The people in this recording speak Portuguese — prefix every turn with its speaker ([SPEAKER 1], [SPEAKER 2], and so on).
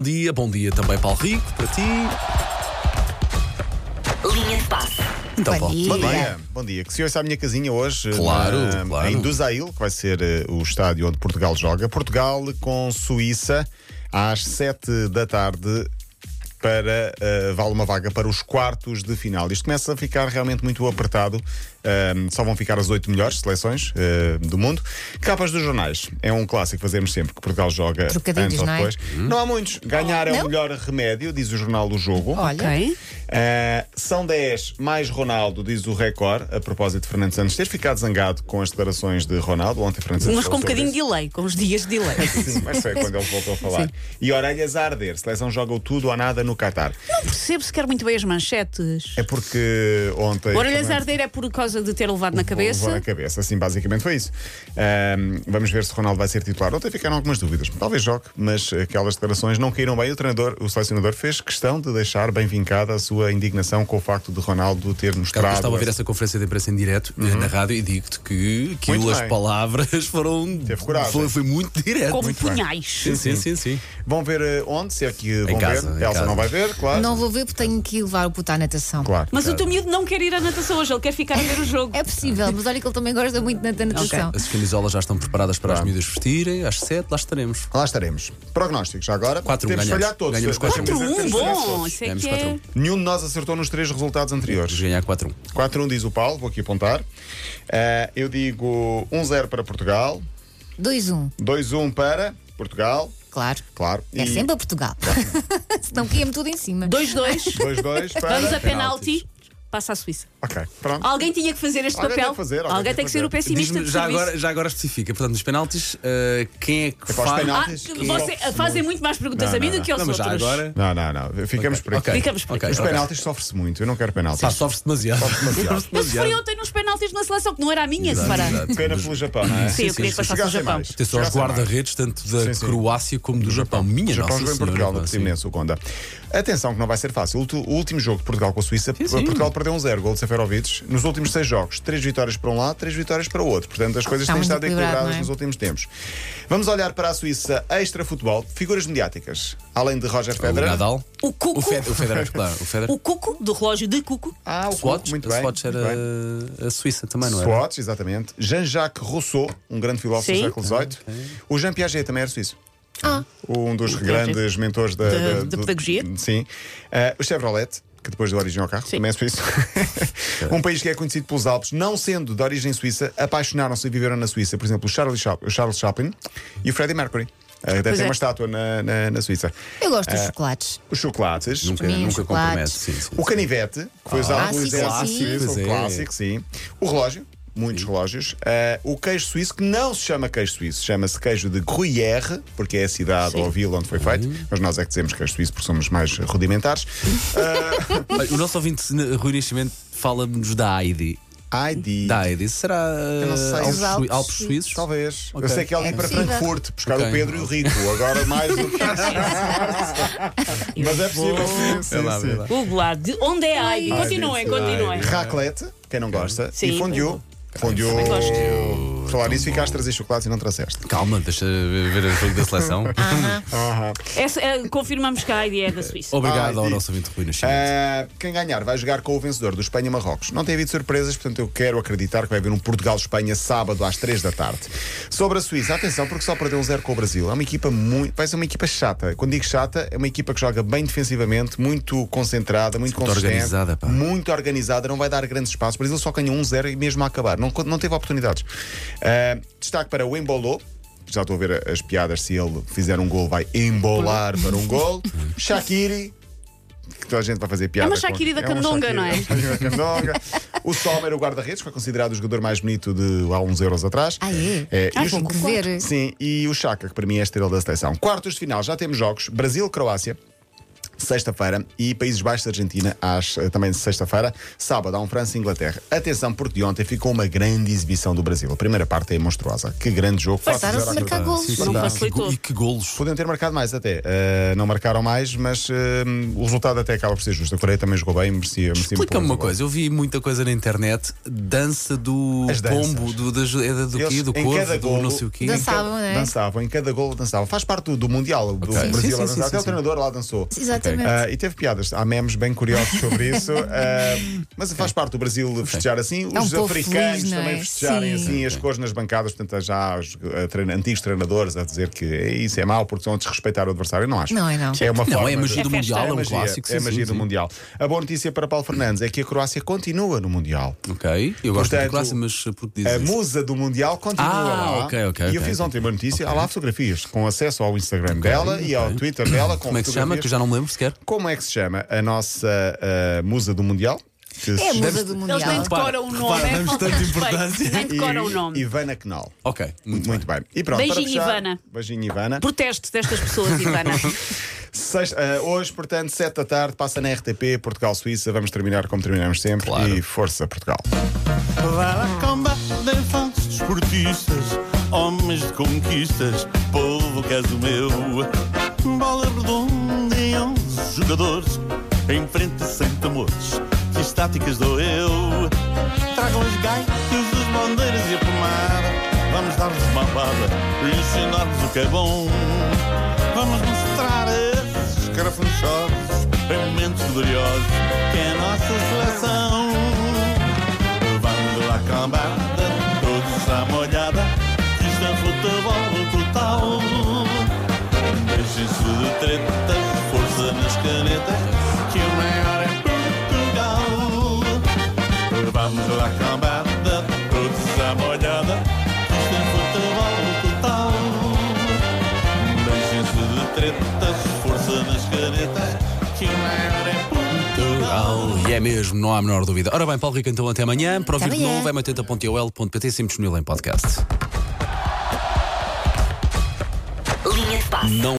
[SPEAKER 1] Bom dia, bom dia também Paulo Rico, para ti.
[SPEAKER 2] Linha de passe.
[SPEAKER 1] Então,
[SPEAKER 3] Bom
[SPEAKER 1] Paulo,
[SPEAKER 3] dia.
[SPEAKER 1] tudo
[SPEAKER 3] Bom
[SPEAKER 1] bem?
[SPEAKER 3] dia.
[SPEAKER 4] É, bom dia. Que se ouça a minha casinha hoje.
[SPEAKER 1] Claro,
[SPEAKER 4] na,
[SPEAKER 1] claro.
[SPEAKER 4] Em Duzail, que vai ser eh, o estádio onde Portugal joga. Portugal com Suíça às 7 da tarde. Para eh, vale uma vaga para os quartos de final. Isto começa a ficar realmente muito apertado. Ahm, só vão ficar as oito melhores seleções eh, do mundo. Capas dos jornais. É um clássico que fazemos sempre que Portugal joga
[SPEAKER 3] Trocadilhos,
[SPEAKER 4] antes ou
[SPEAKER 3] não é?
[SPEAKER 4] depois. Não há muitos. Ganhar é o melhor remédio, diz o jornal do jogo.
[SPEAKER 3] Olha.
[SPEAKER 2] Ok.
[SPEAKER 4] Uh, são 10 mais Ronaldo, diz o Record, a propósito de Fernando Santos ter ficado zangado com as declarações de Ronaldo. Ontem Fernando Santos.
[SPEAKER 2] Mas com
[SPEAKER 4] falou
[SPEAKER 2] um
[SPEAKER 4] sobre
[SPEAKER 2] bocadinho de
[SPEAKER 4] isso.
[SPEAKER 2] delay, com uns dias de delay.
[SPEAKER 4] Sim, mas foi quando ele voltou a falar. E orelhas a arder. Seleção joga o tudo ou nada no Qatar.
[SPEAKER 2] Percebo sequer muito bem as manchetes.
[SPEAKER 4] É porque ontem.
[SPEAKER 2] Orelhas a
[SPEAKER 4] Fernando-
[SPEAKER 2] arder é por causa de ter levado na
[SPEAKER 4] Levou
[SPEAKER 2] cabeça.
[SPEAKER 4] na cabeça, sim, basicamente foi isso. Ahm, vamos ver se Ronaldo vai ser titular. Ontem ficaram algumas dúvidas. Talvez jogue, mas aquelas declarações não caíram bem. O treinador, o selecionador, fez questão de deixar bem vincada a sua indignação com o facto de Ronaldo ter
[SPEAKER 1] Cara,
[SPEAKER 4] mostrado.
[SPEAKER 1] eu estava a ver
[SPEAKER 4] essa-
[SPEAKER 1] essa conferência de imprensa em direto eh, na rádio e digo-te que aquilo,
[SPEAKER 4] Uhum. Muito
[SPEAKER 1] as
[SPEAKER 4] bem.
[SPEAKER 1] palavras foram.
[SPEAKER 4] Teve coragem.
[SPEAKER 1] Foi, foi muito direto.
[SPEAKER 2] Com
[SPEAKER 1] Muito-
[SPEAKER 2] punhais.
[SPEAKER 1] Sim, sim, sim, sim.
[SPEAKER 4] Vão ver eh, onde, se é que vão
[SPEAKER 1] casa,
[SPEAKER 4] ver.
[SPEAKER 1] em
[SPEAKER 4] Elsa
[SPEAKER 1] casa.
[SPEAKER 4] não vai ver, claro.
[SPEAKER 3] Não vou ver porque tenho que levar o puto à natação.
[SPEAKER 4] Claro.
[SPEAKER 2] Mas o teu miúdo não quer ir à natação hoje, ele quer ficar a ver o jogo.
[SPEAKER 3] É possível, mas olha que ele também gosta muito da
[SPEAKER 2] Então.
[SPEAKER 3] natação.
[SPEAKER 1] As camisolas já estão preparadas para as miúdas vestirem, às 7 lá estaremos.
[SPEAKER 4] Lá estaremos. Prognósticos já agora.
[SPEAKER 1] Quatro, um,
[SPEAKER 4] Temos
[SPEAKER 1] ganhamos.
[SPEAKER 4] falhado todos.
[SPEAKER 1] Ganhamos
[SPEAKER 4] Temos-
[SPEAKER 1] 4-1.
[SPEAKER 4] temos-
[SPEAKER 2] 4-1,
[SPEAKER 4] temos falhado
[SPEAKER 2] bom,
[SPEAKER 4] todos.
[SPEAKER 2] isso é
[SPEAKER 1] Ganhamos
[SPEAKER 2] que é.
[SPEAKER 1] 4-1.
[SPEAKER 4] Nenhum de nós acertou nos três resultados
[SPEAKER 1] Vamos
[SPEAKER 4] anteriores.
[SPEAKER 1] ganhar 4-1.
[SPEAKER 4] 4-1 diz o Paulo, vou aqui apontar. Eh, eu digo 1-0 para Portugal,
[SPEAKER 3] 2-1,
[SPEAKER 4] 2-1 para Portugal,
[SPEAKER 3] claro.
[SPEAKER 4] claro.
[SPEAKER 3] É
[SPEAKER 4] e
[SPEAKER 3] sempre a Portugal. Senão caía-me tudo em cima.
[SPEAKER 2] 2-2.
[SPEAKER 4] 2-2 para.
[SPEAKER 2] Vamos a penalti. Passa à Suíça.
[SPEAKER 4] Ok, pronto.
[SPEAKER 2] Alguém tinha que fazer este
[SPEAKER 4] Alguém
[SPEAKER 2] papel.
[SPEAKER 4] tem que fazer, alguém
[SPEAKER 2] Alguém
[SPEAKER 4] tem
[SPEAKER 2] tem
[SPEAKER 4] que
[SPEAKER 2] que ser o
[SPEAKER 4] fazer.
[SPEAKER 2] pessimista Ah,
[SPEAKER 1] Diz-me,
[SPEAKER 2] de
[SPEAKER 1] já agora, já agora especifica. Portanto, nos penaltis, eh, quem é que
[SPEAKER 4] para os
[SPEAKER 1] faz.
[SPEAKER 4] penaltis.
[SPEAKER 2] Ah,
[SPEAKER 4] Diz-
[SPEAKER 2] que você- fazem muito mais perguntas
[SPEAKER 4] Não,
[SPEAKER 2] a mim
[SPEAKER 4] não,
[SPEAKER 2] do que aos
[SPEAKER 1] Não, mas
[SPEAKER 2] Ah, outros.
[SPEAKER 1] já agora.
[SPEAKER 4] Não, não, não. Ficamos por aqui.
[SPEAKER 1] Ok,
[SPEAKER 2] Ficamos por
[SPEAKER 1] ok,
[SPEAKER 2] aqui.
[SPEAKER 4] Os
[SPEAKER 1] ok.
[SPEAKER 4] penaltis sofre-se muito. Eu não quero penaltis.
[SPEAKER 1] Pá, sofre-se demasiado. Sofre-se
[SPEAKER 2] Mas foi
[SPEAKER 1] demasiado.
[SPEAKER 2] ontem nos penaltis na seleção, que não era a minha, se parar.
[SPEAKER 1] Exato,
[SPEAKER 4] Pena
[SPEAKER 1] exato.
[SPEAKER 4] pelo Japão, não é?
[SPEAKER 2] Sim, eu queria que
[SPEAKER 1] sim,
[SPEAKER 2] passasse ao
[SPEAKER 4] Chegassem
[SPEAKER 2] Japão.
[SPEAKER 4] mais.
[SPEAKER 1] Atenção aos
[SPEAKER 4] Chegassem mais.
[SPEAKER 1] guarda-redes, tanto da
[SPEAKER 4] Sim, sim.
[SPEAKER 1] Croácia como do Japão. Minha
[SPEAKER 4] Japão
[SPEAKER 1] nossa
[SPEAKER 4] jogou em
[SPEAKER 1] senhora, assim.
[SPEAKER 4] Portugal,
[SPEAKER 1] pá,
[SPEAKER 4] no
[SPEAKER 1] sim.
[SPEAKER 4] Portimonense, o Conda. Atenção que não vai ser fácil. O tu- O último jogo de Portugal com a Suíça,
[SPEAKER 1] sim.
[SPEAKER 4] Portugal perdeu um zero, gol de Seferovic. Nos últimos seis jogos, três vitórias para um lado, três vitórias para o outro. Portanto,
[SPEAKER 1] Ah,
[SPEAKER 4] as coisas
[SPEAKER 3] Está
[SPEAKER 4] têm
[SPEAKER 3] muito
[SPEAKER 4] estado
[SPEAKER 3] equilibrado,
[SPEAKER 4] equilibradas
[SPEAKER 3] não é?
[SPEAKER 4] nos últimos tempos. Vamos olhar para a Suíça extra-futebol. Figuras mediáticas. Além de Roger
[SPEAKER 1] O
[SPEAKER 4] Federer.
[SPEAKER 1] Nadal.
[SPEAKER 2] O Cuco.
[SPEAKER 1] O Fed- o Federer, claro. O Federer.
[SPEAKER 2] O Cuco, do relógio de Cuco,
[SPEAKER 4] Ah, o
[SPEAKER 1] Swatch,
[SPEAKER 4] Swatch, muito
[SPEAKER 1] a
[SPEAKER 4] bem.
[SPEAKER 1] Swatch
[SPEAKER 4] muito
[SPEAKER 1] era
[SPEAKER 4] bem.
[SPEAKER 1] a Suíça também, não é? era?
[SPEAKER 4] Swatch, exatamente. Jean-Jacques Rousseau, um grande filósofo
[SPEAKER 2] Sim.
[SPEAKER 4] do século XVIII.
[SPEAKER 1] Ah,
[SPEAKER 4] O Jean Piaget também era suíço.
[SPEAKER 3] Ah,
[SPEAKER 4] Um dos
[SPEAKER 2] Piaget.
[SPEAKER 4] grandes mentores da,
[SPEAKER 2] Da-
[SPEAKER 4] da-
[SPEAKER 2] da
[SPEAKER 4] do-
[SPEAKER 2] pedagogia.
[SPEAKER 4] Sim. Ah, o Chevrolet, que depois deu origem ao carro, também é suíço. um país que é conhecido pelos Alpes, não sendo de origem suíça, apaixonaram-se e viveram na Suíça. Por exemplo, o Charles, Cha- o Charles Chaplin e o Freddie Mercury. Ah, Até tem
[SPEAKER 2] é.
[SPEAKER 4] uma estátua na, na- na Suíça.
[SPEAKER 3] eu gosto dos chocolates.
[SPEAKER 4] Os chocolates.
[SPEAKER 1] Nunca,
[SPEAKER 3] Os
[SPEAKER 1] nunca
[SPEAKER 3] chocolates.
[SPEAKER 1] compromete. Sim, sim,
[SPEAKER 4] O
[SPEAKER 1] sim.
[SPEAKER 4] canivete, que é foi usado no
[SPEAKER 3] Ah, sim,
[SPEAKER 4] exército
[SPEAKER 3] sim,
[SPEAKER 4] suíço,
[SPEAKER 1] sim.
[SPEAKER 4] um clássico, sim. O relógio, muitos relógios. Ah, o queijo suíço, que não se chama queijo suíço, chama-se queijo de Gruyère, porque é a cidade ou a vila onde foi feito.
[SPEAKER 1] Uhum.
[SPEAKER 4] Mas nós é que dizemos queijo suíço porque somos mais rudimentares. Eh,
[SPEAKER 1] Olha, O nosso ouvinte eh, Rui Nascimento fala-nos da Heidi.
[SPEAKER 4] ID.
[SPEAKER 1] Da Heidi. Será eh,
[SPEAKER 4] não sei.
[SPEAKER 1] Alpes,
[SPEAKER 4] Os
[SPEAKER 1] Sui-
[SPEAKER 3] Alpes
[SPEAKER 1] Alpes
[SPEAKER 3] Suíços.
[SPEAKER 1] Suíços?
[SPEAKER 4] Talvez.
[SPEAKER 1] Ok.
[SPEAKER 4] Eu sei que alguém
[SPEAKER 3] É
[SPEAKER 4] para
[SPEAKER 3] possível.
[SPEAKER 4] Frankfurt buscar
[SPEAKER 1] Ok.
[SPEAKER 4] o Pedro e o Rico. Agora mais do que. Mas é possível. sim, sim,
[SPEAKER 1] É lá,
[SPEAKER 4] sim.
[SPEAKER 1] é lá.
[SPEAKER 2] Google lá, de onde é a Heidi?
[SPEAKER 3] Ai,
[SPEAKER 2] Continuem,
[SPEAKER 1] sim, sim.
[SPEAKER 3] é?
[SPEAKER 2] continuem.
[SPEAKER 4] Raclette, quem não gosta.
[SPEAKER 2] Sim.
[SPEAKER 4] E fondue. Fondue.
[SPEAKER 2] Também gosto.
[SPEAKER 4] Falar nisso, ficaste a trazer chocolates e não trouxeste.
[SPEAKER 1] Calma, deixa ver o jogo da seleção.
[SPEAKER 4] Ah,
[SPEAKER 2] Essa, eh, confirmamos que a Heidi é da Suíça.
[SPEAKER 1] Obrigado ao
[SPEAKER 4] Heidi.
[SPEAKER 1] nosso ouvinte Rui Nascimento.
[SPEAKER 4] Ah, quem ganhar vai jogar com o vencedor do Espanha-Marrocos. Não tem havido surpresas, portanto eu quero acreditar que vai haver um Portugal-Espanha sábado às 3 da tarde. Sobre a Suíça, atenção, porque só perdeu um zero com o Brasil. É uma equipa muito. Vai ser uma equipa chata. Quando digo chata, é uma equipa que joga bem defensivamente, muito concentrada, muito,
[SPEAKER 1] Muito
[SPEAKER 4] consistente.
[SPEAKER 1] organizada, pá.
[SPEAKER 4] Muito organizada, não vai dar grandes espaços. O Brasil só ganhou um zero e mesmo a acabar. Não, não teve oportunidades. Ah, destaque para o Embolou. Já estou a ver as piadas. Se ele fizer um gol, vai embolar para um gol. Shakiri, que toda a gente vai fazer piada.
[SPEAKER 2] É uma
[SPEAKER 4] com-
[SPEAKER 2] Shakira da
[SPEAKER 4] um
[SPEAKER 2] Candonga, não é?
[SPEAKER 4] Shakira da Candonga. o Sommer, o guarda-redes, foi considerado o jogador mais bonito de há uns euros atrás.
[SPEAKER 3] Ah, é?
[SPEAKER 4] É,
[SPEAKER 3] Ah,
[SPEAKER 4] e
[SPEAKER 3] tenho
[SPEAKER 4] os-
[SPEAKER 3] que ver.
[SPEAKER 4] Sim, e o Chaka, que para mim é a estrela da seleção. Quartos de final, já temos jogos: Brasil-Croácia. Sexta-feira e Países Baixos Argentina, às, eh, também sexta-feira. Sábado há um França e Inglaterra. Atenção, porque de ontem ficou uma grande exibição do Brasil. A primeira parte é monstruosa. Que grande jogo. 4-0
[SPEAKER 3] Passaram-se a
[SPEAKER 4] à
[SPEAKER 3] marcar
[SPEAKER 4] Croácia.
[SPEAKER 3] golos.
[SPEAKER 1] Sim, sim.
[SPEAKER 2] Não
[SPEAKER 1] E que
[SPEAKER 2] facilitou.
[SPEAKER 1] go- E que golos.
[SPEAKER 4] Podiam ter marcado mais até. Eh, não marcaram mais, mas eh, o resultado até acaba por ser justo. A Coreia também jogou bem, merecia. merecia
[SPEAKER 1] Explica-me
[SPEAKER 4] pôr
[SPEAKER 1] uma
[SPEAKER 4] o gol.
[SPEAKER 1] coisa, eu vi muita coisa na internet, dança do
[SPEAKER 4] As danças.
[SPEAKER 1] pombo, do, da, ju- é da- do
[SPEAKER 4] Eles,
[SPEAKER 1] quê? Do
[SPEAKER 4] em cada
[SPEAKER 1] corvo, do
[SPEAKER 4] golo-
[SPEAKER 1] não sei o quê.
[SPEAKER 3] Dança- Dançavam,
[SPEAKER 4] Em cada-
[SPEAKER 3] né?
[SPEAKER 4] Dançavam, em cada gol dançavam. Faz parte do, do Mundial, do
[SPEAKER 1] Sim,
[SPEAKER 4] Brasil
[SPEAKER 1] sim, sim,
[SPEAKER 4] a dançar.
[SPEAKER 1] sim,
[SPEAKER 4] Até o
[SPEAKER 1] sim.
[SPEAKER 4] treinador lá dançou.
[SPEAKER 3] Exatamente.
[SPEAKER 4] Ah, e teve piadas. Há memes bem curiosos sobre isso. Ah, mas faz parte do Brasil festejar assim.
[SPEAKER 3] É um
[SPEAKER 4] Os
[SPEAKER 3] povo
[SPEAKER 4] africanos
[SPEAKER 3] feliz, não
[SPEAKER 4] também
[SPEAKER 3] é?
[SPEAKER 4] festejarem
[SPEAKER 3] Sim.
[SPEAKER 4] assim. As cores nas bancadas. Portanto, já há os ah, treina- antigos treinadores a dizer que é isso é mau porque estão a desrespeitar o adversário. Eu Não acho.
[SPEAKER 3] Não, é não.
[SPEAKER 4] É uma
[SPEAKER 1] Não,
[SPEAKER 4] forma
[SPEAKER 1] é a magia
[SPEAKER 2] É
[SPEAKER 1] do
[SPEAKER 2] festa,
[SPEAKER 1] Mundial, é
[SPEAKER 4] é
[SPEAKER 1] um
[SPEAKER 4] magia,
[SPEAKER 1] clássico.
[SPEAKER 4] é
[SPEAKER 1] sim,
[SPEAKER 4] magia
[SPEAKER 1] sim,
[SPEAKER 4] do
[SPEAKER 1] sim.
[SPEAKER 4] Mundial. A boa notícia para Paulo Fernandes é que a Croácia continua no Mundial.
[SPEAKER 1] Ok, eu gosto
[SPEAKER 4] Portanto,
[SPEAKER 1] muito de classe, mas uh, porque
[SPEAKER 4] A
[SPEAKER 1] dizes.
[SPEAKER 4] musa do Mundial continua
[SPEAKER 1] Ah,
[SPEAKER 4] lá.
[SPEAKER 1] ok, ok,
[SPEAKER 4] E eu
[SPEAKER 1] ok,
[SPEAKER 4] fiz
[SPEAKER 1] ok.
[SPEAKER 4] ontem uma notícia. Há lá fotografias com acesso ao Instagram dela e ao Twitter dela. Com
[SPEAKER 1] Como é que se chama? Que eu
[SPEAKER 4] fotografias.
[SPEAKER 1] já não me lembro sequer.
[SPEAKER 4] Como é que se chama a nossa ah, musa do Mundial? Que
[SPEAKER 3] É a
[SPEAKER 4] se-
[SPEAKER 3] musa do
[SPEAKER 2] Eles nem
[SPEAKER 3] Mundial.
[SPEAKER 2] decoram o nome.
[SPEAKER 1] repara,
[SPEAKER 2] é
[SPEAKER 1] damos
[SPEAKER 2] falta
[SPEAKER 1] tanta
[SPEAKER 2] de respeito.
[SPEAKER 1] importância.
[SPEAKER 2] Nem decoram o nome.
[SPEAKER 4] Ivana Knall.
[SPEAKER 1] Ok, muito
[SPEAKER 4] Muito bem. E pronto,
[SPEAKER 2] Beijinho,
[SPEAKER 4] para fechar,
[SPEAKER 2] Ivana.
[SPEAKER 4] Beijinho, Ivana.
[SPEAKER 2] Protesto destas pessoas, Ivana.
[SPEAKER 4] Sexta- ah, hoje, portanto, 7 da tarde, passa na RTP, Portugal-Suíça. Vamos terminar como terminamos sempre.
[SPEAKER 1] Claro.
[SPEAKER 4] E força, Portugal.
[SPEAKER 5] Para a combate em fãs esportistas, homens de conquistas, povo que és o meu. Bola redonda em 11 jogadores, em frente sem temores, que estáticas dou eu. Tragam as gaitas, as bandeiras e a pomada, vamos dar-lhes uma bada e ensinar-lhes o que é bom. Vamos mostrar esses carafunchosos, em momentos gloriosos, que é a nossa seleção. Vamos lá cambada, todos à molhada, que isto é futebol total. Deixem-se de tretas, força nas canetas, que o maior é Portugal. Vamos lá cambada, todos à molhada, que isto é futebol total. Deixem-se de tretas, força nas canetas, que o maior é Portugal.
[SPEAKER 1] Portugal. E é mesmo, não há a menor dúvida. Ora bem, Paulo Rico, então até amanhã. Para ouvir
[SPEAKER 3] Até
[SPEAKER 1] de
[SPEAKER 3] amanhã.
[SPEAKER 1] novo, é 80.ol.pt, sempre disponível em podcast.
[SPEAKER 6] Linha de passe.
[SPEAKER 1] Não